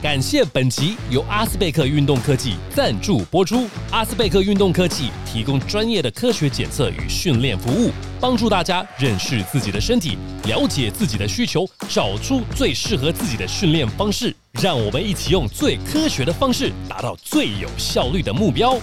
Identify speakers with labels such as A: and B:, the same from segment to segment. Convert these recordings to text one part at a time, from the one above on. A: 感谢本集由阿斯贝克运动科技赞助播出。阿斯贝克运动科技提供专业的科学检测与训练服务，帮助大家认识自己的身体，了解自己的需求，找出最适合自己的训练方式。让我们一起用最科学的方式，达到最有效率的目标。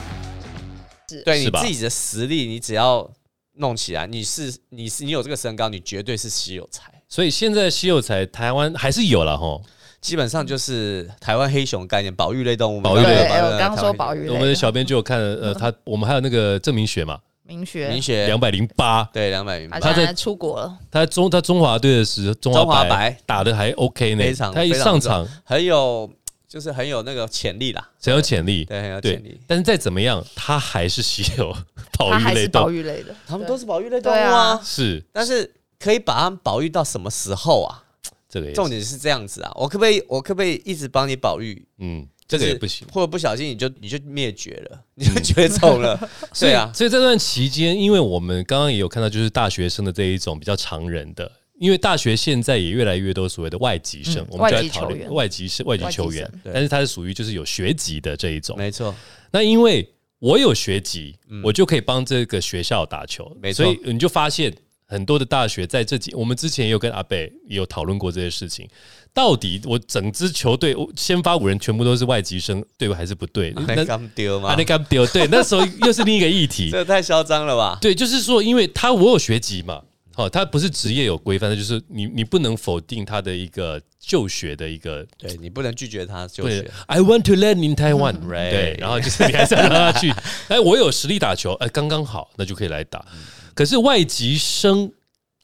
B: 对
A: 是
B: 你
A: 吧
B: 自己的实力，你只要弄起来，你是你是你有这个身高，你绝对是稀有才。
C: 所以现在稀有才台湾还是有了哈。
B: 基本上就是台湾黑熊概念，保育类动物嘛。
C: 保育类
B: 对
C: 对
B: 吧
D: 哎我刚刚说保育
C: 我们的
D: 类，
C: 小编就有看，呃，他我们还有那个郑明雪嘛，
D: 明
B: 明
D: 学
B: 学
C: 两百零八，
B: 对两百米
D: 好
C: 他在
D: 像出国了，
C: 他中他中华队的时中
B: 中华
C: 华
B: 白
C: 白打的还 OK 呢，
B: 非常
C: 他一
B: 非常
C: 上场
B: 很有就是很有那个潜力啦，
C: 很有潜力，
B: 对，很有
C: 对
B: 潜力。
C: 但是再怎么样，他还是稀有 保
D: 他
C: 育
D: 还
C: 类
D: 是保
C: 动物，
D: 育类的，
B: 他
D: 对
B: 们都是保育类动物
D: 对
B: 啊
D: 啊，
C: 是
B: 但是可以把它们保育到什么时候啊？
C: 这个也
B: 重
C: 是，
B: 点是这样子啊，我可不可以我可不可以一直帮你保育？
C: 嗯，这个也不行。
B: 或者不小心你就你就灭绝了，你就绝 种了。对啊，
C: 所以这段期间，因为我们刚刚也有看到，就是大学生的这一种比较常人的，因为大学现在也越来越多所谓的外籍生，
D: 嗯
C: 我们就
D: 外
C: 在
D: 籍
C: 讨
D: 球
C: 论
D: 员
C: 外籍生、外籍
D: 外籍
C: 球员
D: 生，
B: 对
C: 但是他是属于就是有学籍的这一种。
B: 没错，
C: 那因为我有学籍，我就可以帮这个学校打球，
B: 嗯没错
C: 所以你就发现很多的大学在这几，我们之前也有跟阿贝也有讨论过这些事情。到底我整支球队，我先发五人全部都是外籍生，对还是不 对？
B: 那刚丢
C: 啊
B: 吗，
C: 那？干丢对，那时 候又是另一个议题
B: 这。个太嚣张了吧？
C: 对，就是说，因为他我有学籍嘛，好、他不是职业有规范的，就是你你不能否定他的一个就学的一个
B: 对你不能拒绝他就
C: 对
B: 学，
C: ，I want to learn in Taiwan，、
B: Right
C: 对，然后就是你还是要让他 去，哎，我有实力打球，哎，刚刚好，那就可以来打。
B: 嗯
C: 可是外籍生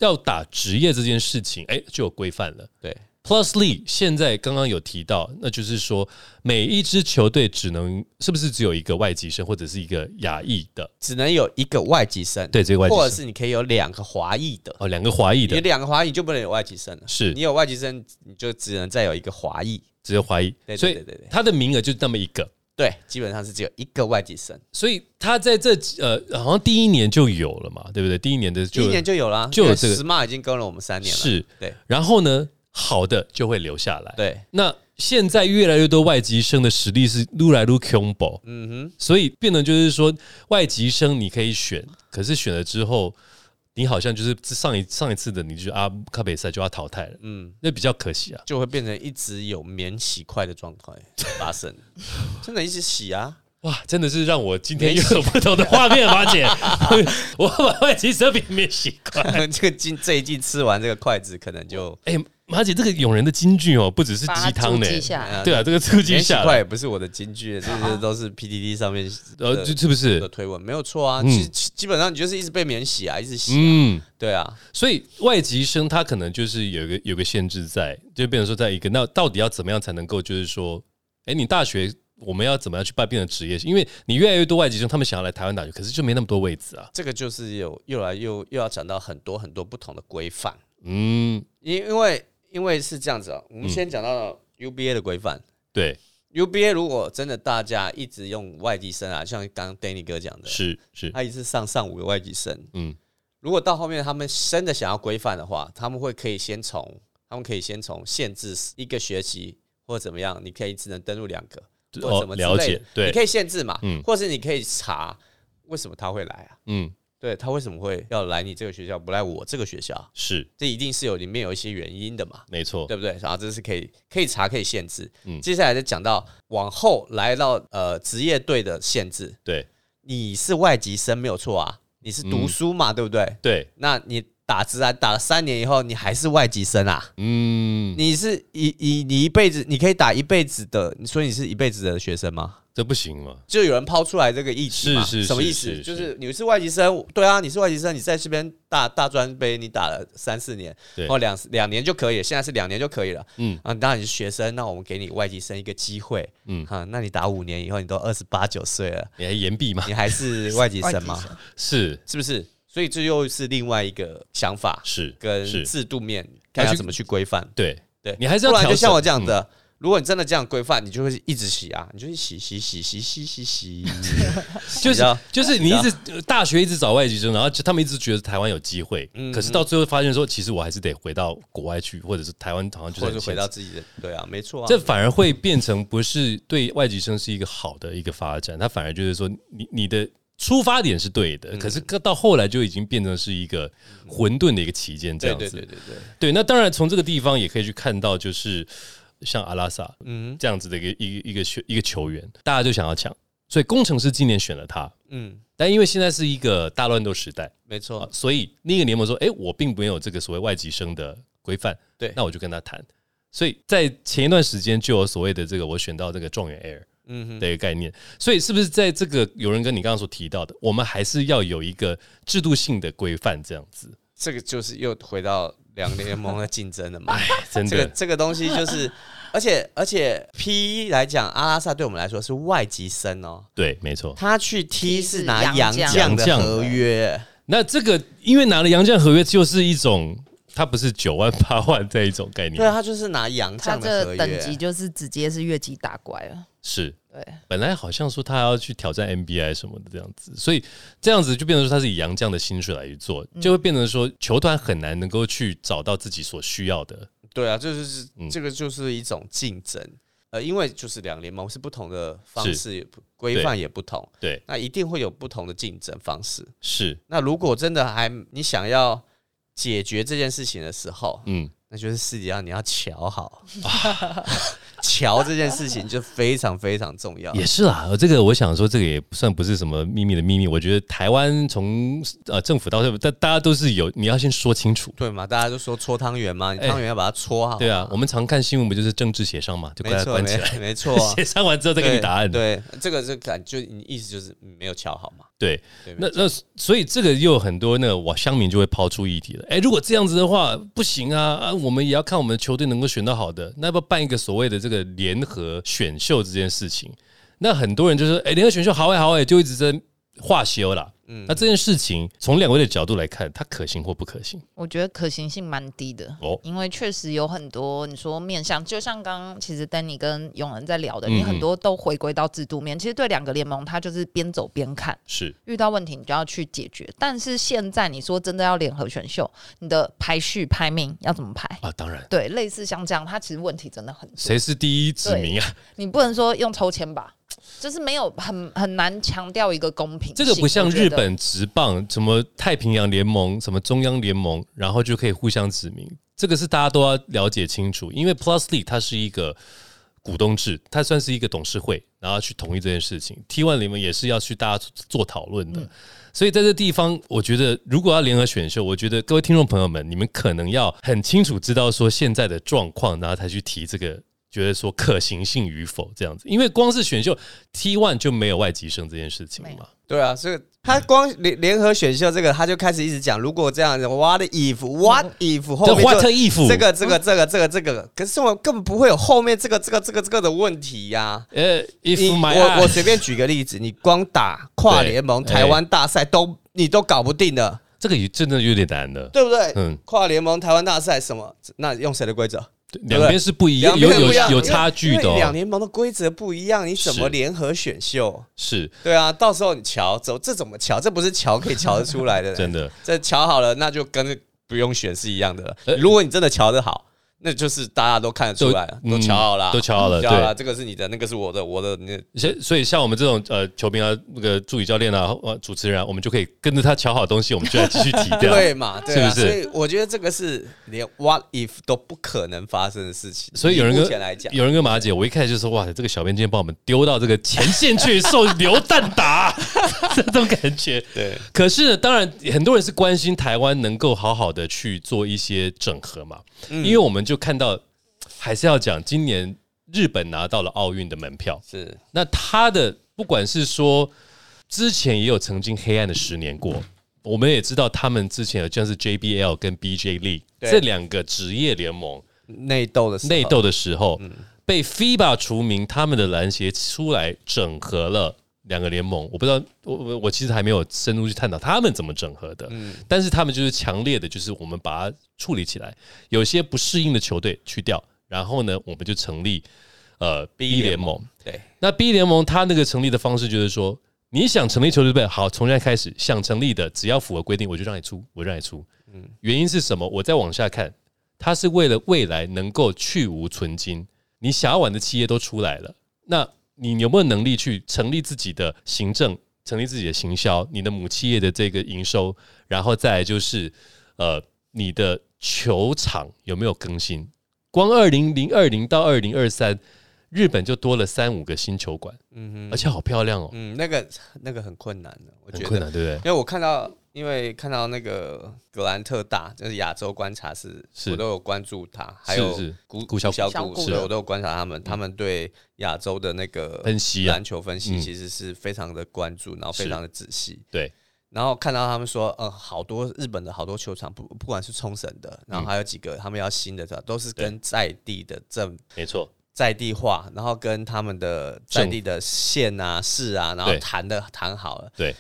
C: 要打职业这件事情，哎，就有规范了。
B: 对
C: Plusly 现在刚刚有提到，那就是说每一支球队只能是不是只有一个外籍生或者是一个亚裔的？
B: 只能有一个外籍生，
C: 对，这个外籍
B: 或者
C: 生
B: 是你可以有两个华裔的，
C: 哦，两个华裔
B: 你
C: 的
B: 两个华裔就不能有外籍生了。
C: 是
B: 你有外籍生，你就只能再有一个华裔。
C: 只有华裔
B: 对，对
C: 所
B: 对
C: 以
B: 对对
C: 他的名额就那么一个。
B: 对，基本上是只有一个外籍生，
C: 所以他在这呃，好像第一年就有了嘛，对不对？第一年的
B: 第
C: 就
B: 一年就有啊啦，
C: 就有这个
B: 十已经跟了我们三年了。
C: 是，
B: 对
C: 然后呢，好的就会留下来。，
B: 对，
C: 那现在越来越多外籍生的实力是撸来撸 combo，
B: 嗯
C: 所以变成就是说外籍生你可以选，可是选了之后，你好像就是上一上一次的你就啊卡北赛就要淘汰了，
B: 哼，嗯，
C: 那比较可惜啊。
B: 就会变成一直有免洗块的状态发 生，真的一直洗啊，
C: 哇，真的是让我今天又有不同的画面，马 姐，我把外籍生比面习惯。
B: 这个今这一季吃完这个筷子，可能就
C: 哎、马姐，这个永人的金句哦，不只是
D: 把它
C: 鸡汤
D: 注
C: 呢，
D: 记下
B: 嗯
D: 来。
C: 对啊，这个促进
B: 免洗
C: 下
B: 块
C: 来，
B: 也不是我的金句，这些都是 PDD 上面
C: 呃，
B: 的
C: 这是不
B: 的
C: 是？
B: 推文，没有错啊。
C: 嗯
B: 其实基本上你就是一直被免洗啊，一直洗啊，
C: 嗯。
B: 对啊，
C: 所以外籍生他可能就是有一个有个限制在，就变成说在一个那到底要怎么样才能够就是说，哎，你大学我们要怎么样去办变成职业？因为你越来越多外籍生他们想要来台湾打球，可是就没那么多位置啊。
B: 这个就是有又来又又要讲到很多很多不同的规范，
C: 嗯，
B: 因因为因为是这样子啊、我们先讲到 UBA 的规范。
C: 对，
B: UBA 如果真的大家一直用外籍生啊，像刚刚 Danny 哥讲的，
C: 嗯是是，
B: 他一次上上五个外籍生，
C: 嗯，
B: 如果到后面他们真的想要规范的话，他们会可以先从他们可以先从限制一个学期或者怎么样，你可以只能登录两个或者什么之类的
C: 哦了解，
B: 你
C: 对，
B: 可以限制嘛，
C: 嗯
B: 或是你可以查为什么他会来啊？
C: 嗯，
B: 对他为什么会要来你这个学校，不来我这个学校？
C: 是
B: 这一定是有里面有一些原因的嘛，
C: 没错，
B: 对不对？然后这是可以可以查可以限制，
C: 哦嗯
B: 接下来再讲到往后来到呃职业队的限制，
C: 对
B: 你是外籍生没有错啊，你是读
C: 嗯
B: 书嘛，对不对？
C: 对，
B: 那你打职篮打了三年以后，你还是外籍生啊？
C: 嗯，
B: 你是一一你一辈子你可以打一辈子的，你说你是一辈子的学生吗？
C: 这不行嘛？
B: 就有人抛出来这个议题嘛？
C: 是是
B: 什么
C: 是
B: 意思？
C: 是
B: 就是你是外籍生，对啊，你是外籍生，你在这边大大专杯你打了三四年，
C: 对
B: 然后两两年就可以，现在是两年就可以了。
C: 嗯
B: 啊，当然你是学生，那我们给你外籍生一个机会。嗯
C: 嗯，
B: 哈、那你打五年以后，你都二十八九岁了，
C: 你还言必嘛？
B: 你 还是外籍
D: 外籍
B: 生吗？
D: 生
C: 是
B: 是不是？所以这又是另外一个想法。
C: 是
B: 跟
C: 是，
B: 制度面，看要怎么去规范。
C: 对
B: 对，
C: 你还是要
B: 不然就
C: 调整嗯
B: 像我这样的，如果你真的这样规范，你就会一直洗啊，你就会洗洗洗洗洗洗洗，
C: 就
B: 你知
C: 是
B: 道
C: 就是你一直呃大学一直找外籍生，然后就他们一直觉得台湾有机会，可是到最后发现说，其实我还是得回到国外去，或者是台湾好像就是
B: 或
C: 很
B: 者
C: 现
B: 回
C: 实
B: 到自己的对啊，没错啊，
C: 这反而会变成不是对外籍生是一个好的一个发展，他反而就是说你你的出发点是对的，嗯可是到后来就已经变成是一个混沌的一个期间这
B: 对
C: 样
B: 对
C: 子。
B: 对对对，
C: 对，那当然从这个地方也可以去看到，就是像阿拉萨，嗯，这样子的一个一个一个球一个球员，大家就想要抢，所以工程师今年选了他，
B: 嗯，
C: 但因为现在是一个大乱斗时代，
B: 没
C: 啊
B: 错，
C: 所以那个联盟说，哎、我并没有这个所谓外籍生的规范，
B: 对
C: 那我就跟他谈。所以在前一段时间就有所谓的这个我选到这个状元 air
B: 嗯哼，
C: 的一个概念，所以是不是在这个有人跟你刚刚所提到的，我们还是要有一个制度性的规范这样 子，
B: 这个就是又回到两联盟的竞争 了嘛，
C: 哎真
B: 这个
C: 的
B: 这个东西就是，而且而且 P 来讲，阿拉萨对我们来说是外籍生哦，
C: 对，没错。
B: 他去踢
D: 踢是
B: 是拿洋
D: 洋
B: 将的
C: 将
B: 合约，
C: 那这个因为拿了杨绛合约，就是一种它不是九万八万这一种概
B: 对
C: 念，
B: 啊，他就是拿洋
D: 他
B: 将的合
D: 这等级
B: 约，
D: 就是直接是越级打怪了。
C: 是
D: 对，
C: 本来好像说他要去挑战 NBA 什么的这样子，所以这样子就变成说他是以洋将的薪水来去做，
B: 嗯
C: 就会变成说球团很难能够去找到自己所需要的。
B: 对啊，这就是
C: 嗯
B: 这个就是一种竞争，呃，因为就是两联盟是不同的方
C: 是
B: 式，也不规范也不同，
C: 对，
B: 那一定会有不同的竞争方式。
C: 是，
B: 那如果真的还你想要解决这件事情的时候，
C: 嗯，
B: 那就是私底下你要瞧好， 瞧这件事情就非常非常重要。
C: 也是啦。呃这个我想说，这个也不算不是什么秘密的秘密。我觉得台湾从呃政府到政府，但大家都是有，你要先说清楚。
B: 对嘛，大家都说搓汤圆嘛，你
C: 哎
B: 汤圆要把它搓好。
C: 对啊，我们常看新闻不就是政治协商嘛，就
B: 哦没
C: 把它
B: 错，
C: 关起
B: 没
C: 来，
B: 没错
C: 。
B: 啊
C: 协商完之后再给你答案。
B: 对，对这个这感就你意思就是嗯没有瞧好嘛？
C: 对，
B: 对
C: 那那所以这个又有很多那个我乡民就会抛出议题了。哎，如果这样子的话不行啊啊，我们也要看我们球队能够选到好的，那要不要办一个所谓的这个联合选秀这件事情？那很多人就说，哎，联合选秀好哎好哎，就一直在化修啦。嗯，那这件事情从两位的角度来看，它可行或不可行？
D: 我觉得可行性蛮低的，
C: 哦
D: 因为确实有很多你说面向，就像刚刚其实丹尼跟永仁在聊的，
C: 嗯
D: 你很多都回归到制度面。其实对两个联盟，它就是边走边看，
C: 是
D: 遇到问题你就要去解决。但是现在你说真的要联合选秀，你的排序排名要怎么排？
C: 啊，当然，
D: 对，类似像这样，它其实问题真的很多。
C: 谁是第一指名啊？
D: 你不能说用抽签吧，就是没有很很难强调一个公平性。
C: 这个不像
D: 我觉
C: 日
D: 得
C: 本职棒，什么太平洋联盟、什么中央联盟，然后就可以互相指名。这个是大家都要了解清楚，因为 Plus League 它是一个股东制，它算是一个董事会，然后去同意这件事情。T One 联盟也是要去大家做讨论
D: 嗯
C: 的。所以在这地方，我觉得如果要联合选秀，我觉得各位听众朋友们，你们可能要很清楚知道说现在的状况，然后才去提这个，觉得说可行性与否这样子。因为光是选秀 T One 就没有外籍生这件事情
D: 没
C: 嘛
D: 有。
B: 对啊，所以他光联联合选秀这个，他就开始一直讲，如果这样子，what if，what if 后
C: 嗯这
B: 面就
C: what if
B: 这个这个这个这个这个，可是我根本不会有后面这个这个这个这个的问题呀、
C: 呃
B: 你
C: ，if my
B: 我我
C: eyes-
B: 随便举个例子，你光打跨联盟
C: 对
B: 台湾大赛都你都搞不定的，
C: 这个也真的有点难的，
B: 对不对？
C: 嗯，
B: 跨联盟台湾大赛什么？那用谁的规则？
C: 两边是不一样，
B: 两
C: 有
B: 边不
C: 有
B: 一样，
C: 有
B: 因为
C: 差距的
B: 因为两
C: 哦，
B: 联盟的规则不一样，你怎么
C: 是
B: 联合选秀？
C: 是，
B: 对啊，到时候你瞧，走这怎么瞧？这不是瞧可以瞧得出来 的
C: 真的。
B: 这瞧好了，那就跟不用选是一样的了
C: 呃。
B: 如果你真的瞧得好，那就是大家都看得出来了，
C: 都
B: 都瞧好了，
C: 嗯都瞧好了
B: 瞧好了，
C: 对
B: 这个是你的，那个是我的，我的，你的
C: 所以所以像我们这种呃球评啊，那个助理教练啊，呃主持人啊，我们就可以跟着他瞧好东西，我们就来继续提掉。
B: 对嘛？对啊，
C: 是不是
B: 所以我觉得这个是连 what if 都不可能发生的事情。
C: 所以有人
B: 目
C: 跟
B: 前来讲，
C: 有人跟马姐，我一开始就说哇，这个小编今天把我们丢到这个前线去 受流弹打， 这种感觉。
B: 对
C: 可是呢，当然很多人是关心台湾能够好好的去做一些整合嘛，因为我们就看到，还是要讲今年日本拿到了奥运的门票，
B: 是
C: 那他的不管是说之前也有曾经黑暗的十年过，我们也知道他们之前有像是 JBL 跟 BJ League
B: 对
C: 这两个职业联盟
B: 内斗的时候嗯
C: 内，斗的时候，被 FIBA 除名，他们的篮协出来整合了。两个联盟，我不知道，我我我其实还没有深入去探讨他们怎么整合的，
B: 嗯
C: 但是他们就是强烈的，就是我们把它处理起来，有些不适应的球队去掉，然后呢，我们就成立呃 B
B: 联
C: 联盟。
B: 对，
C: 那 B 联盟它那个成立的方式就是说，你想成立球队队，好，从现在开始想成立的，只要符合规定，我就让你出，我让你出。嗯，原因是什么？我再往下看，它是为了未来能够去无存金。你想要玩的企业都出来了，那你有没有能力去成立自己的行政，成立自己的行销，你的母企业的这个营收，然后再来就是呃，你的球场有没有更新？光二零零二零到二零二三，日本就多了三五个新球馆，
B: 嗯
C: 而
B: 哼，
C: 且好漂亮哦，
B: 嗯，那个那个很困难的，我
C: 很
B: 觉
C: 困
B: 得，
C: 难，对不对？
B: 因为我看到，因为看到那个格兰特大，就是亚洲观察室，
C: 是
B: 我都有关注他，还有
C: 是
B: 古
C: 顾小啊
B: 小
D: 顾
B: 谷，
D: 是
B: 对我都有观察他们，他们对亚洲的那个
C: 分析啊
B: 篮，球分
C: 嗯
B: 析其实是非常的关注，然后非
C: 是
B: 常的仔细。
C: 对，
B: 然后看到他们说，呃，好多日本的好多球场，不不管是冲绳的，然后还有几个他们要新的，都是跟在地的政
C: 没错，
B: 在地化，然后跟他们的在地的县啊、市啊，然后
C: 对
B: 谈的谈好了，
C: 对，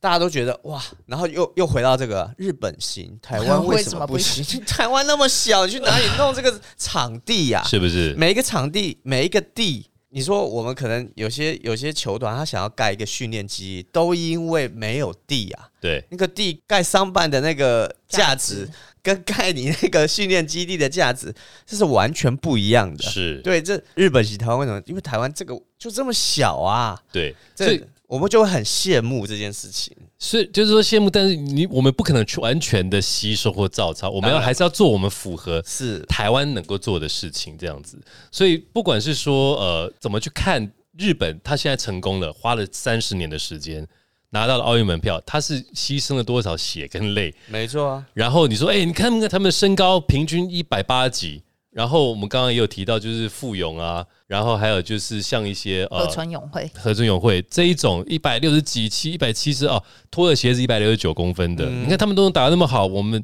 B: 大家都觉得哇，然后又又回到这个日本行，
D: 台
B: 台湾
D: 湾
B: 为
D: 为
B: 什
D: 什
B: 么
D: 么
B: 不
D: 不
B: 行？ 台湾那么小，你去哪里弄这个场地呀、
C: 是不是？
B: 每一个场地，每一个地，你说我们可能有些有些球团他想要盖一个训练基地，都因为没有地啊，
C: 对，
B: 那个地盖商办的那个价值
D: 价值
B: 跟盖你那个训练基地的价值，这是完全不一样的。
C: 是，
B: 对，这日本及台湾为什么？因为台湾这个就这么小啊，
C: 对，所以
B: 这我们就会很羡慕这件事情。
C: 是就是说羡慕，但是你我们不可能去完全的吸收或照抄，我们要
B: 当然
C: 还是要做我们符合
B: 是，
C: 台湾能够做的事情，这样子。所以不管是说呃怎么去看日本，他现在成功了，花了三十年的时间拿到了奥运门票，他是牺牲了多少血跟泪。
B: 没错啊，
C: 然后你说，哎、你看不看他们的身高平均一百八几？然后我们刚刚也有提到，就是富勇啊，然后还有就是像一些呃
D: 河川永会，
C: 何尊永会这一种一百六十几七、一百七十哦，脱了鞋子一百六十九公分的，
B: 嗯
C: 你看他们都能打得那么好，我们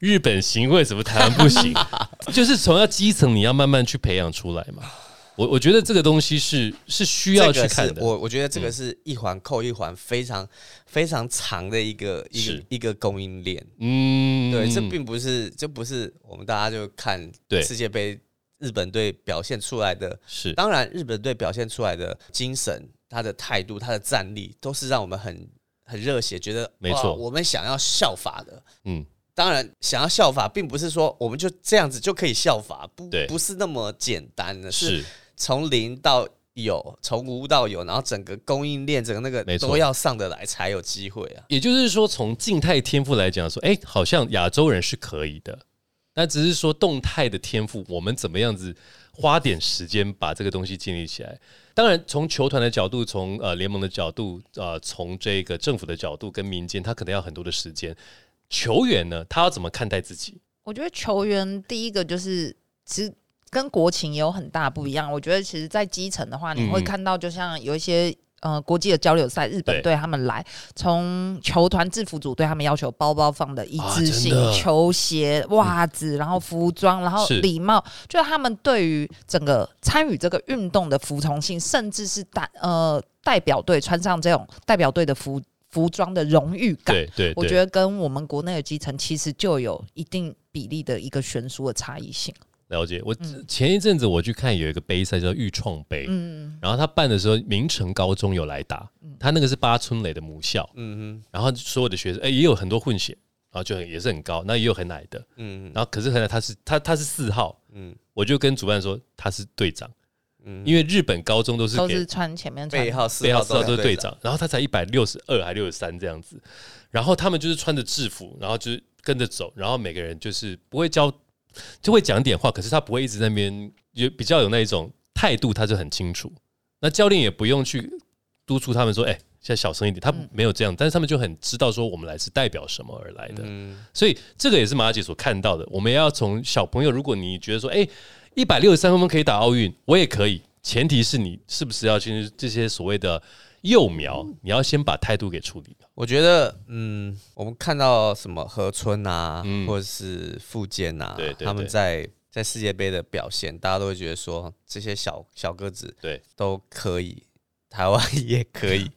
C: 日本行为什么台湾不 行？就是从要基层你要慢慢去培养出来嘛。我我觉得这个东西是是需要
B: 这
C: 去
B: 个
C: 看
B: 是
C: 的，嗯
B: 我我觉得这个是一环扣一环，非常非常长的一个一
C: 是
B: 个一个供应链。
C: 嗯，
B: 对，这并不是，这不是我们大家就看
C: 对
B: 世界杯日本队表现出来的。
C: 是
B: 当然，日本队表现出来的精神、他的态度、他的战力，都是让我们很很热血，觉得
C: 没
B: 哇
C: 错
B: 我们想要效法的。
C: 嗯，
B: 当然，想要效法，并不是说我们就这样子就可以效法，不
C: 对
B: 不是那么简单的，是
C: 是
B: 从零到有，从无到有，然后整个供应链，整个那
C: 没
B: 个
C: 错
B: 都要上得来才有机会啊。
C: 也就是说，从静态天赋来讲，说，哎、好像亚洲人是可以的，那只是说动态的天赋，我们怎么样子花点时间把这个东西建立起来。当然，从球团的角度，从呃联盟的角度，呃，从这个政府的角度跟民间，他可能要很多的时间。球员呢，他要怎么看待自己？
D: 我觉得球员第一个就是，其实跟国情也有很大不一样。我觉得其实，在基层的话，
C: 嗯
D: 你会看到，就像有一些。呃，国际的交流赛，日
C: 对
D: 本队他们来，从球团制服组对他们要求包包放的一
C: 啊
D: 致性、
C: 真的
D: 球鞋、袜子，然后服装，然后
C: 是
D: 礼貌，就是他们对于整个参与这个运动的服从性，甚至是代呃代表队穿上这种代表队的服服装的荣誉感，
C: 对对，
D: 我
C: 对
D: 觉得跟我们国内的基层其实就有一定比例的一个悬殊的差异性。
C: 了解。我前一阵子我去看有一个杯赛叫育创杯，
D: 嗯，
C: 然后他办的时候，明城高中有来打，他那个是八村垒的母校。
B: 嗯
C: 然后所有的学生，哎、也有很多混血，然后就很也是很高，那也有很矮的，
B: 哼，嗯
C: 然后可是很矮，他是他他是四号，
B: 嗯
C: 我就跟主办说他是队长，
B: 嗯，
C: 因为日本高中都是
D: 都
C: 给
D: 是穿前面穿
B: 背号四
C: 背号
B: 号
C: 四号
B: 都
C: 都
B: 是
C: 是队
B: 队长，
C: 长，然后他才一百六十二还六十三这样子，然后他们就是穿着制服，然后就是跟着走，然后每个人就是不会教，就会讲点话，可是他不会一直在那边有比较有那一种态度，他就很清楚。那教练也不用去督促他们说，哎、现在小声一点，他没有这样，但是他们就很知道说我们来是代表什么而来的，
B: 嗯，
C: 所以这个也是马姐所看到的。我们也要从小朋友，如果你觉得说，哎、1一百六十三公分可以打奥运，我也可以，前提是你是不是要去这些所谓的幼苗，你要先把态度给处理。
B: 我觉得，嗯，我们看到什么河村啊，
C: 嗯
B: 或者是福建啊，
C: 对对
B: 他们
C: 对
B: 在在世界杯的表现，大家都会觉得说这些小小个子
C: 对，
B: 都可以，台湾也 可以。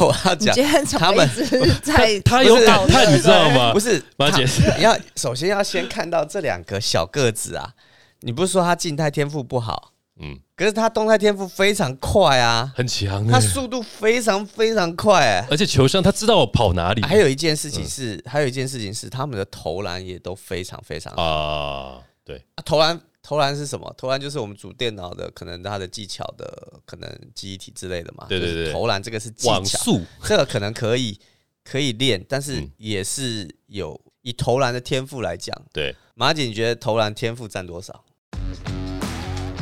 B: 我要
D: 你
B: 讲
D: 今，天怎
B: 他
D: 么一
B: 们
D: 直 在
C: 他有
B: 不是
C: 感叹，你知道吗
B: 不？是
C: 马姐
B: 他你要首先要先看到这两个小个子啊，你不是说他静态天赋不好，
C: 嗯，
B: 可是他动态天赋非常快啊，
C: 很强欸、
B: 他速度非常非常快、欸。
C: 而且球商他知道我跑哪里，
B: 还有一件事情是，
C: 嗯
B: 还有一件事情是，他们的投篮也都非常非常好。
C: 啊，对，
B: 啊投篮投篮是什么？投篮就是我们主电脑的，可能他的技巧的，可能记忆体之类的嘛。
C: 对对
B: 就是
C: 对
B: 投篮这个是技
C: 网
B: 巧，
C: 速
B: 这个可能可以可以练，但是
C: 嗯
B: 也是有以投篮的天赋来讲，
C: 对。
B: 马姐，你觉得投篮天赋占多少？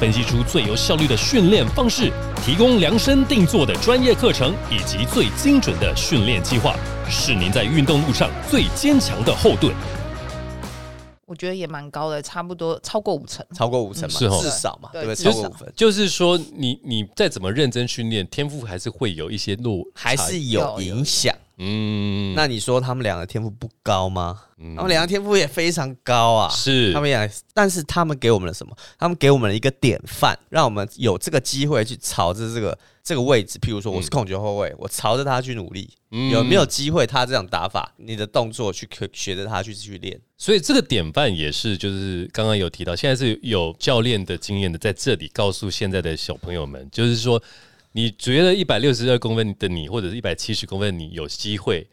A: 分析出最有效率的训练方式，提供量身定做的专业课程以及最精准的训练计划，是您在运动路上最坚强的后盾。
D: 我觉得也蛮高的，差不多超过五成。
B: 超过五成嘛，
C: 是哦
B: 至少嘛，对
D: 对
B: 不对？
D: 至
B: 超
D: 少
B: 过五分，
C: 就是说你，你再怎么认真训练，天赋还是会有一些落差，
B: 还是有
D: 有
B: 影响。
C: 嗯，
B: 那你说他们两个天赋不高吗？他们两个天赋也非常高啊，
C: 是
B: 他们俩，但是他们给我们了什么？他们给我们了一个典范，让我们有这个机会去朝着这个这个位置，譬如说我是控球后卫，我朝着他去努力，
C: 嗯
B: 有没有机会？他这样打法，你的动作去去学着他去去练，
C: 所以这个典范也是，就是刚刚有提到，现在是有教练的经验的，在这里告诉现在的小朋友们，就是说，你觉得一百六十二公分的你，或者是一百七十公分的你有机会，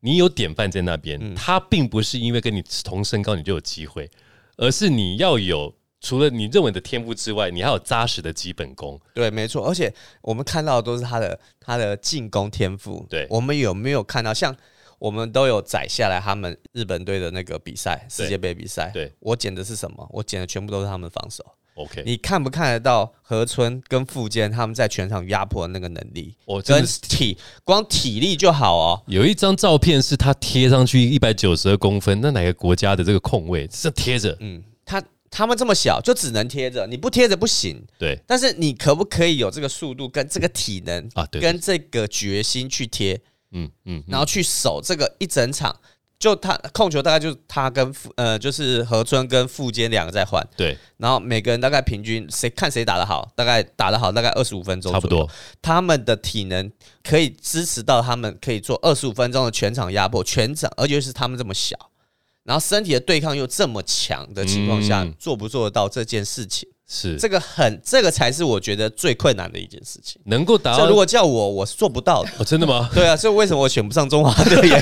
C: 你有典范在那边，
B: 嗯
C: 他并不是因为跟你同身高你就有机会，而是你要有除了你认为的天赋之外，你还有扎实的基本功。
B: 对，没错。而且我们看到的都是他的他的进攻天赋。
C: 对
B: 我们有没有看到像？我们都有载下来他们日本队的那个比赛，世界杯比赛。
C: 对
B: 我捡的是什么？我捡的全部都是他们的防守。
C: OK，
B: 你看不看得到河村跟富坚他们在全场压迫的那个能力？
C: 我真
B: 跟
C: 的是
B: 体光体力就好哦。
C: 有一张照片是他贴上去一百九十二公分，那哪个国家的这个空位是贴着？
B: 嗯，他他们这么小，就只能贴着，你不贴着不行。
C: 对
B: 但是你可不可以有这个速度、跟这个体能、
C: 啊，对，
B: 跟这个决心去贴，
C: 嗯嗯，嗯
B: 然后去守这个一整场？就他控球大概就是他跟富呃，就是河村跟富坚两个在换，
C: 对，
B: 然后每个人大概平均谁看谁打得好，大概打得好大概二十五分钟，
C: 差不多。。
B: 他们的体能可以支持到他们可以做二十五分钟的全场压迫，全场，而且是他们这么小，然后身体的对抗又这么强的情况下，
C: 嗯
B: 做不做得到这件事情？
C: 是
B: 这个很，这个才是我觉得最困难的一件事情。
C: 能够达
B: 这
C: 到。
B: 如果叫我，我是做不到的。
C: 哦、真的吗？
B: 对啊，所以为什么我选不上中华 队呀？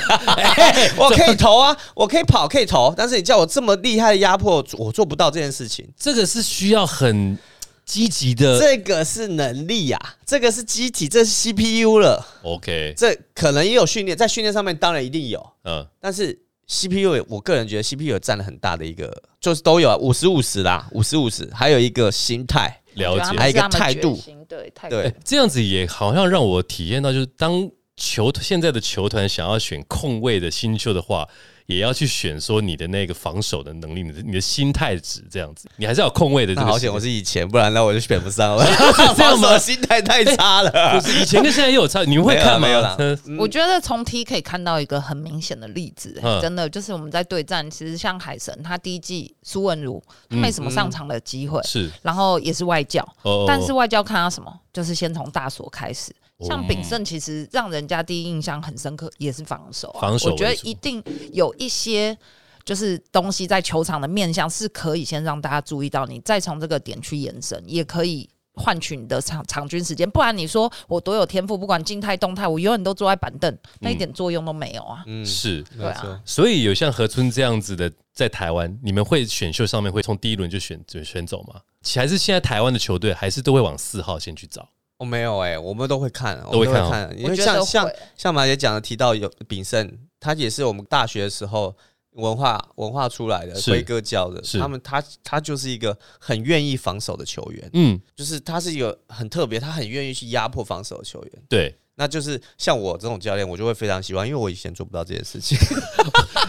B: 我可以投啊，我可以跑，可以投，但是你叫我这么厉害的压迫，我做不到这件事情。
C: 这个是需要很积极的。
B: 这个是能力呀、这个是机体，这是 CPU 了。
C: OK，
B: 这可能也有训练，在训练上面当然一定有，
C: 嗯，
B: 但是 CPU 我个人觉得 CPU 有占了很大的一个，就是都有啊，五十五十啦，五十五十，还有一个心态，
C: 了
D: 我觉得他
C: 解。
D: 们
B: 还有一个
D: 是他们
B: 态度
D: 决心，对态度。
B: 对，
C: 这样子也好像让我体验到，就是当球现在的球团想要选控卫的新秀的话，也要去选说你的那个防守的能力，你的你的心态值这样子，你还是要有控卫的这
B: 那
C: 个。
B: 好险我
C: 是
B: 是以前，不然那我就选不上了，
C: 这样吗
B: 防守心态太差 了。
C: 不是以前跟现在也有差，你们会
B: 没有啦
C: 看吗？
B: 没有啦
C: 嗯
D: 我觉得从 T 可以看到一个很明显的例子、
C: 嗯
D: 真的就是我们在对战，其实像海神他第一季苏文如他
B: 嗯
D: 没什么上场的机会，
C: 是
D: 然后也是外教，
C: 哦，
D: 但是外教看他什么，就是先从大锁开始。
B: 哦
D: 像炳胜，其实让人家第一印象很深刻，也是防守、啊。
C: 防守
D: 我觉得
C: 为主
D: 一定有一些就是东西在球场的面向是可以先让大家注意到你，再从这个点去延伸，也可以。换取你的场场均时间，不然你说我多有天赋，不管静态动态，我永远都坐在板凳，那一点作用都没有啊。
B: 嗯，
C: 是，
B: 没
D: 对啊
B: 错，
C: 所以有像何村这样子的，在台湾，你们会选秀上面会从第一轮就选选选走吗？还是现在台湾的球队还是都会往四号先去找？
B: 我没有哎，我们都会看，我
C: 都
B: 们
C: 会
B: 都会
C: 看哦
B: 看，嗯因
D: 我
B: 为
D: 觉得
B: 像
D: 会
B: 像像马姐讲的提到有炳胜，他也是我们大学的时候文化文化出来的
C: 是
B: 辉哥教的，
C: 是
B: 他们他他就是一个很愿意防守的球员，
C: 嗯，
B: 就是他是一个很特别，他很愿意去压迫防守的球员。
C: 对，
B: 那就是像我这种教练，我就会非常喜欢，因为我以前做不到这件事情。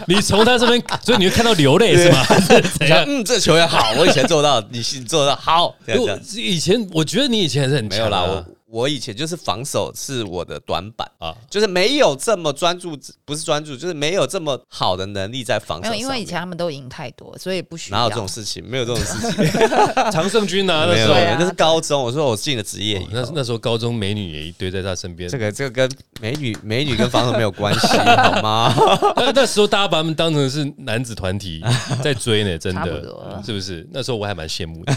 C: 你从他这边， 所以你会看到流泪 是吗？是怎
B: 我想
C: 样？
B: 嗯，这球员好，我以前做到，你是做到好，这样这
C: 我
B: 样。
C: 以前我觉得你以前还是很
B: 没
C: 强
B: 有
C: 啊
B: 啦，我我以前就是防守是我的短板，
C: 啊，
B: 就是没有这么专注，不是专注，就是没有这么好的能力在防守
D: 没
B: 上
D: 有，
B: 面。
D: 因为以前他们都赢太多，所以不需要。
B: 哪有这种事情？没有这种 事情，
C: 常胜军拿那
B: 没
C: 时
B: 有，
C: 候
D: 对，啊
B: 那是高中。我说我进了职业以
C: 那
B: 后，
C: 那时候高中美女也一堆在他身边
B: 这，个这个跟美女美女跟防守没有关 系，好吗？
C: 那那时候大家把他们当成是男子团 体在追呢，真
D: 差不
C: 的
D: 多
C: 是不是？那时候我还蛮羡慕的。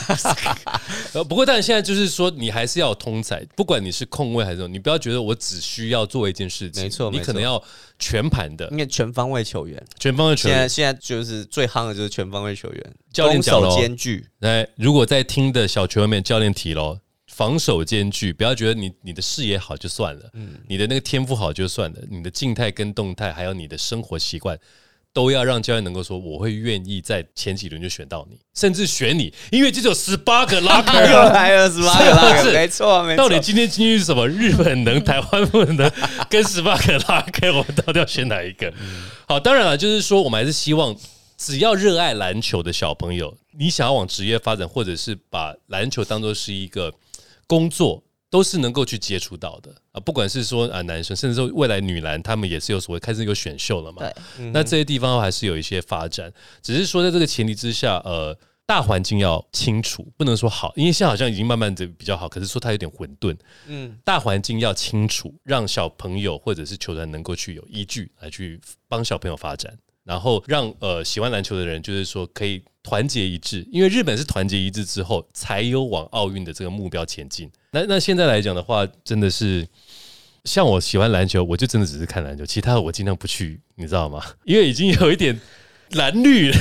C: 呃，不过但现在就是说，你还是要有通才，不管你是控卫还是什么，你不要觉得我只需要做一件事情，
B: 没错
C: 你
B: 没
C: 可能
B: 错
C: 要全盘的
B: 因、为全方位球员，
C: 全方位球
B: 现在
C: 员。
B: 现在就是最夯的就是全方位球员，
C: 教练
B: 攻
C: 讲了哦
B: 守兼具。
C: 来，如果在听的小球员们，教练提喽。防守兼具，不要觉得你你的视野好就算了，你的那个天赋好就算了，你的静态跟动态，还有你的生活习惯，都要让教练能够说，我会愿意在前几轮就选到你，甚至选你，因为这只有十八个 locker
B: 又
C: 啊。
B: 来了是吧？又来
C: 是
B: 了，没错没错。
C: 到底今天进去是什么？日本能，台湾不能， 跟十八个 locker，我们到底要选哪一个？
B: 嗯
C: 好，当然了，就是说我们还是希望，只要热爱篮球的小朋友，你想要往职业发展，或者是把篮球当做是一个工作，都是能够去接触到的啊。不管是说啊男生，甚至说未来女篮，他们也是有所谓开始有选秀了嘛。
D: 对，
C: 那这些地方还是有一些发展，只是说在这个前提之下，呃。大环境要清楚，不能说好，因为现在好像已经慢慢的比较好，可是说它有点混沌。
B: 嗯，
C: 大环境要清楚，让小朋友或者是球团能够去有依据来去帮小朋友发展，然后让呃喜欢篮球的人就是说可以团结一致，因为日本是团结一致之后才有往奥运的这个目标前进。那那现在来讲的话，真的是。像我喜欢篮球，我就真的只是看篮球，其他的我尽量不去，你知道吗？因为已经有一点 蓝绿了。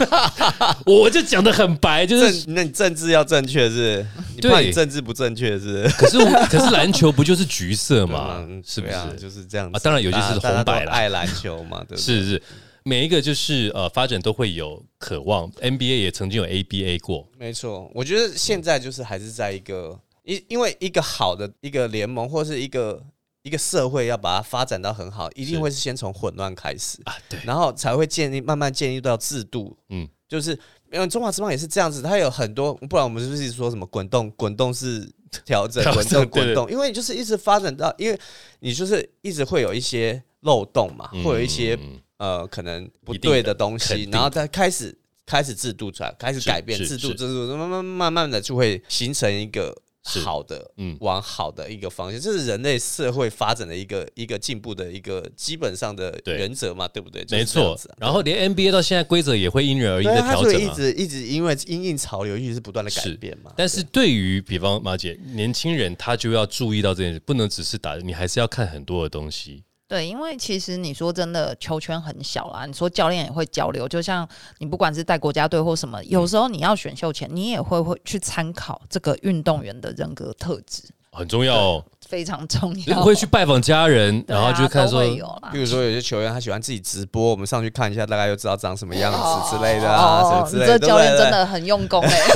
C: 我就讲的很白，就是
B: 政那你政治要正确是不是？你怕
C: 对
B: 你政治不正确是不是？
C: 可是我可是篮球不就是橘色嘛
B: 嗯，
C: 是不
B: 对啊
C: 是？
B: 就是这样子
C: 啊当然有些是
B: 大家
C: 红白啦
B: 大家都爱篮球嘛，对不对？
C: 是是，每一个就是呃发展都会有渴望，NBA 也曾经有 ABA 过，
B: 没错，我觉得现在就是还是在一个因因为一个好的一个联盟或是一个一个社会要把它发展到很好，一定
C: 是
B: 会是先从混乱开始
C: 啊对
B: 然后才会建立慢慢建立到制度。
C: 嗯
B: 嗯，就是因为中华之邦也是这样子，它有很多，不然我们是不是说什么滚动？滚动是调整
C: 调，整
B: 滚动
C: 对对
B: 滚动，因为就是一直发展到，因为你就是一直会有一些漏洞嘛，
C: 嗯
B: 会有一些呃可能不
C: 一定
B: 对
C: 的
B: 的东
C: 肯
B: 西
C: 定，
B: 然后再开始开始制度出来，开始
C: 是
B: 改变
C: 是
B: 制度，
C: 是
B: 制度慢慢慢慢的就会形成一个
C: 是
B: 好的，
C: 嗯
B: 嗯，往好的一个方向，这是人类社会发展的一个一个进步的一个基本上的
C: 对
B: 原则嘛，对不对？就是
C: 没
B: 这样
C: 错
B: 子啊。
C: 然后连 NBA 到现在规则也会因人而异
B: 对
C: 的
B: 啊，它
C: 调
B: 所以
C: 整
B: 一
C: 啊。
B: 直一直因为因应潮流，一直是不断的改
C: 是
B: 变嘛。
C: 但是对于比方马姐年轻人，他就要注意到这件事，不能只是打，你还是要看很多的东西。
D: 对，因为其实你说真的，球圈很小啦。你说教练也会交流，就像你不管是带国家队或什么，
B: 嗯
D: 有时候你要选秀前，你也会会去参考这个运动员的人格特质，
C: 很重要哦，
D: 非常重
C: 我
B: 啊
D: 要。
C: 会去拜访家人，
D: 对
C: 然
D: 啊，
C: 后就看
D: 都
C: 说
D: 会有啦
B: 比。如说有些球员他喜欢自己直播，我们上去看一下，大概就知道长什么样
D: 哦
B: 子之类的啊，什么之
D: 你
B: 类
D: 这
B: 的。
D: 教练真
B: 对
D: 的很 用功哎，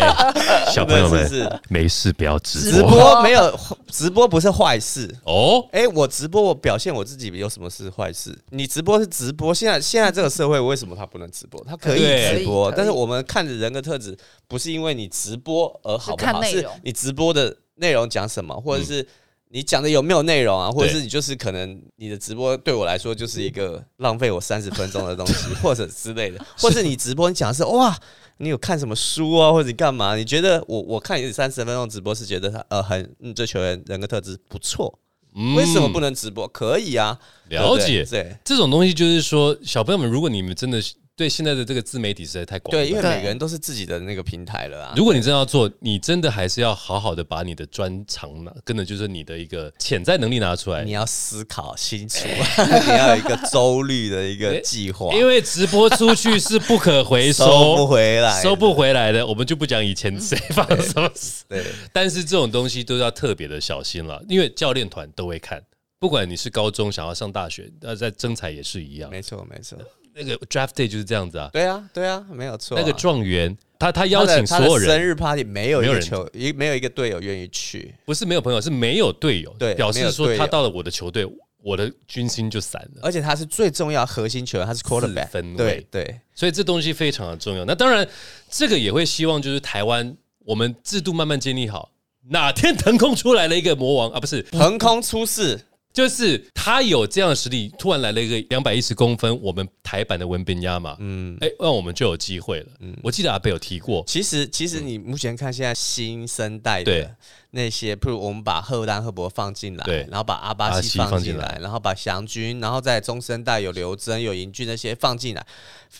C: 哎小
B: 不
C: 朋
B: 对
C: 友
B: 是不
C: 们
B: 是
C: 没事不要直
B: 直
C: 播
B: 播没有直播不是坏事。
C: 哦，
B: 哎、我直播，我表现我自己有什么是坏事？你直播是直播，现在现在这个社会为什么他不能直播？他可以
C: 对
B: 直播
D: 可以可以，
B: 但是我们看着人的特质，不是因为你直播而好不
D: 是看
B: 好，
D: 内
B: 是
D: 容嗯
B: 你直播的内容讲什么，或者是你讲的有没有内容啊，或者是你就是可能你的直播对我来说就是一个浪费我三十分钟的东 西，或者之类的，或是你直播你讲的是哇。你有看什么书啊，或者你干嘛？你觉得我我看你三十分钟直播是觉得他呃很嗯这球员人格特质不错，
C: 嗯
B: 为什么不能直播？可以啊，
C: 了
B: 对
C: 解
B: 不？对对
C: 这种东西就是说，小朋友们，如果你们真的是对现在的这个自媒体实在太广泛，
B: 对，因为
D: 对
B: 每个人都是自己的那个平台了啊。
C: 如果你真的要做，你真的还是要好好的把你的专长拿，跟着就是你的一个潜在能力拿出来
B: 你。要思考清楚，啊 你要有一个周率的一个计划，
C: 因为直播出去是不可回收，
B: 收不回来，嗯
C: 收不回来的。我们就不讲以前谁发生什么事，
B: 对，
C: 但是这种东西都要特别的小心了，因为教练团都会看。不管你是高中想要上大学，那在征才也是一样。
B: 没错没错，
C: 那个 draft day 就是这样子啊，
B: 对啊对啊，没有错啊。
C: 那个状元他他
B: 他
C: 邀
B: 的
C: 请所有
B: 他的
C: 人
B: 生，日 party 没有
C: 没
B: 一
C: 有
B: 个
C: 人
B: 球，一没有一个队友愿意去，
C: 不是没有朋友，是没有队友，
B: 对
C: 表
B: 没
C: 示
B: 有
C: 说
B: 队
C: 他
B: 友
C: 到了我的球队，我的军心就散了。
B: 而且他是最重要核心球员，他是 quarterback，
C: 分位
B: 对对，
C: 所以这东西非常的重要。那当然，这个也会希望就是台湾我们制度慢慢建立好，哪天腾空出来了一个魔王啊，不是，
B: 横空出世，
C: 就是他有这样的实力，突然来了一个两百一十公分，我们台版的文宾亚嘛，
B: 嗯。
C: 哎、那我们就有机会了。我记得阿贝有提过，
B: 其实，其实你目前看现在新生代
C: 嗯对
B: 的那些，譬如我们把赫丹、赫伯放进来，
C: 对
B: 然后把阿巴西
C: 阿西
B: 放
C: 放
B: 进
C: 进
B: 来
C: 来，
B: 然后把祥军，然后在中生代有刘真、有银俊那些放进来，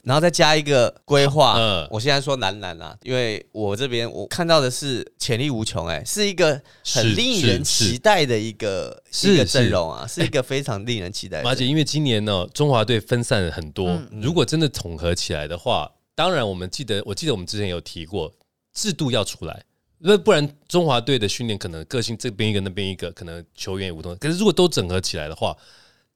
B: 然后再加一个规划。
C: 嗯
B: 我现在说男篮啊，因为我这边我看到的是潜力无穷，哎，是一个
C: 是
B: 很令人
C: 是是
B: 期待的一个
C: 是
B: 一个阵
C: 是
B: 容啊，是一个非常令人期待的阵容。
C: 马姐，因为今年呢、中华队分散了很多，
B: 嗯
C: 如果真的统合起来的话，当然我们记得，我记得我们之前有提过，制度要出来，那不然中华队的训练可能个性这边一个那边一个，可能球员也无同。可是如果都整合起来的话，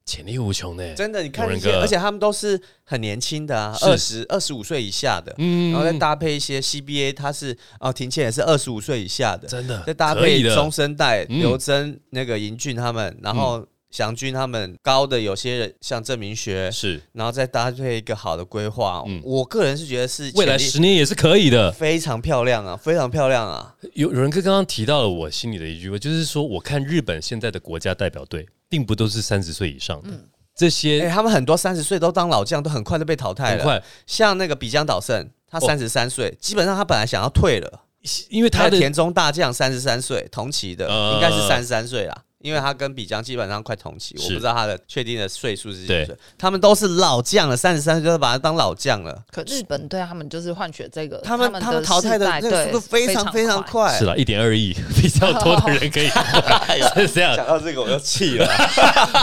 C: 潜力无穷呢、
B: 真的，你看
C: 某
B: 一
C: 人
B: 些，
C: 哥
B: 而且他们都是很年轻的啊，
C: 是
B: 二十二十五岁以下的，
C: 嗯
B: 然后再搭配一些 CBA，他是哦，庭倩也是二十五岁以下的，
C: 真的
B: 再搭
C: 可以
B: 配
C: 的
B: 中生代
C: 嗯
B: 刘真、那个银俊他们，然后祥军他们高的有些人像郑明学，
C: 是
B: 然后再搭配一个好的规划
C: 嗯，
B: 我个人是觉得是
C: 未来
B: 潜力
C: 十年也是可以的。
B: 非常漂亮啊，非常漂亮啊，
C: 有有人哥刚刚提到了我心里的一句话，就是说，我看日本现在的国家代表队，并不都是三十岁以上的，这
B: 哎，
C: 些
B: 他们很多三十岁都当老将，都很快就被淘汰
C: 很
B: 了，
C: 快，
B: 像那个比江岛胜，他
C: 哦
B: 三十三岁，基本上他本来想要退了。
C: 因为
B: 他
C: 他
B: 的
C: 的
B: 田中大将三十三岁，同期的、
C: 呃
B: 应该是三十三岁啦，因为他跟比江基本上快同期，我
C: 是
B: 不知道他的确定的岁数是几
C: 对
B: 岁。他们都是老将了，三十三岁就把他当老将了。
D: 可日本队他们就是换血这个，
B: 他们
D: 呃们
B: 他们淘汰的那
D: 世代
B: 个速度
D: 对
B: 非常非常。快。
C: 是啦，一点二 亿比较多的人可以
B: 哎
C: 是这样
B: 想。到这个我就气了。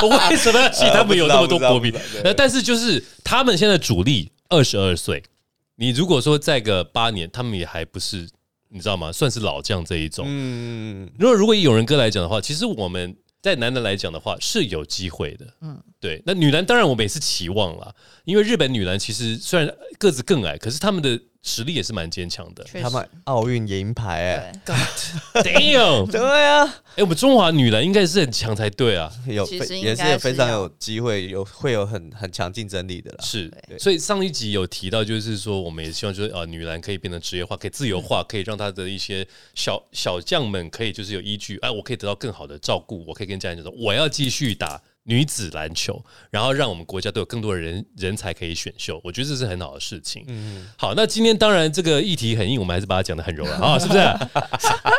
C: 我为什么要 气他们有那么多国民
B: 不知道不知道不知道？对
C: 那但是就是他们现在主力二十二岁，你如果说再个八年，他们也还不是你知道吗？算是老将这一种。
B: 嗯，
C: 如果如果以永仁哥来讲的话，其实我们在男的来讲的话是有机会的。嗯，对。那女篮当然我们也是期望啦，因为日本女篮其实虽然个子更矮，可是他们的实力也是蛮坚强 的。
D: 确
B: 他
D: 实，
B: 们奥运银牌哎、
D: 对，
C: Damn！
B: 对啊，
C: 哎、我们中华女篮应该是很强才对啊。
B: 有
D: 其
B: 非
D: 实应
B: 也
D: 该
B: 是有非
D: 是
B: 常
D: 要
B: 有机会，有会有很很强竞争力的啦。
C: 是
B: 对，
C: 所以上一集有提到，就是说我们也希望就是啊、呃女篮可以变成职业化，可以自由化，可以让她的一些小小将们可以就是有依据，哎、我可以得到更好的照顾，我可以跟家人讲说我要继续打女子篮球，然后让我们国家都有更多的人人才可以选秀，我觉得这是很好的事情。嗯，好，那今天当然这个议题很硬，我们还是把它讲的很柔软啊，是不 是？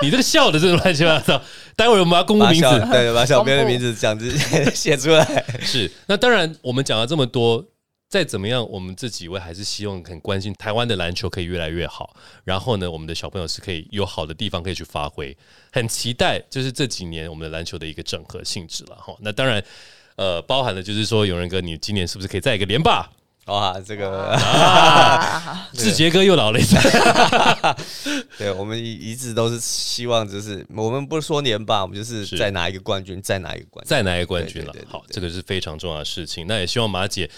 C: 你这个笑的真的乱七八糟，待会儿我们要公布
B: 把
C: 名
B: 小
C: 字，
B: 对，把小编的
D: 公布
B: 名字讲 直接写出来。
C: 是，那当然，我们讲了这么多，再怎么样，我们这几位还是希望很关心台湾的篮球可以越来越好。然后呢，我们的小朋友是可以有好的地方可以去发挥，很期待就是这几年我们的篮球的一个整合性质了哈。那当然，呃，包含了就是说，永仁哥，你今年是不是可以再一个连霸？
B: 哇，这个。嗯
D: 啊，
C: 志杰哥又老了一岁，
B: 对，我们一一直都是希望，就是我们不说年吧，我们就是
C: 是
B: 再拿一个冠军，再拿一个冠军。
C: 再拿一个冠军了
B: 对对对。对
C: 好，这个是非常重要的事情。那也希望马姐，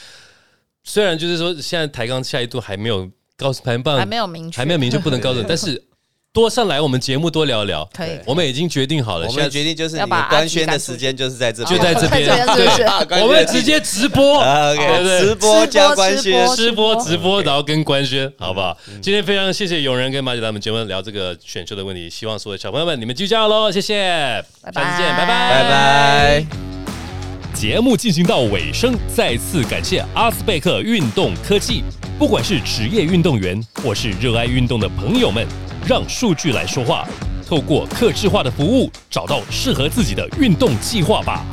C: 虽然就是说现在台钢下一度还没有告诉排行榜
D: 还没有明确，
C: 还没有明确不能告诉你，但是多上来我们节目多聊聊。
D: 可以
C: 我们已经决定好了，
B: 我
C: 现在
B: 们决定就是你
D: 要把
B: 官
D: 阿哦吉
B: 宣
D: 赶
B: 的
D: 出
B: 时
D: 去
B: 间就是在这边，
C: 就在这边，
D: 在这边是不是
B: 啊
C: 对，我们直接直播。
B: 啊 OK，
C: 对对对
B: 直播加官宣，
D: 播
C: 直播直
D: 直
C: 播，然后跟官宣，好不好？今天非常谢谢永仁跟马姐他们节目聊这个选秀的问题，希望所有小朋友们你们继续加油喽，谢谢，
D: 拜
C: 下次见，拜拜，
B: 拜拜。
A: 节目进行到尾声，再次感谢阿斯贝克运动科技。不管是职业运动员或是热爱运动的朋友们，让数据来说话，透过客制化的服务，找到适合自己的运动计划吧。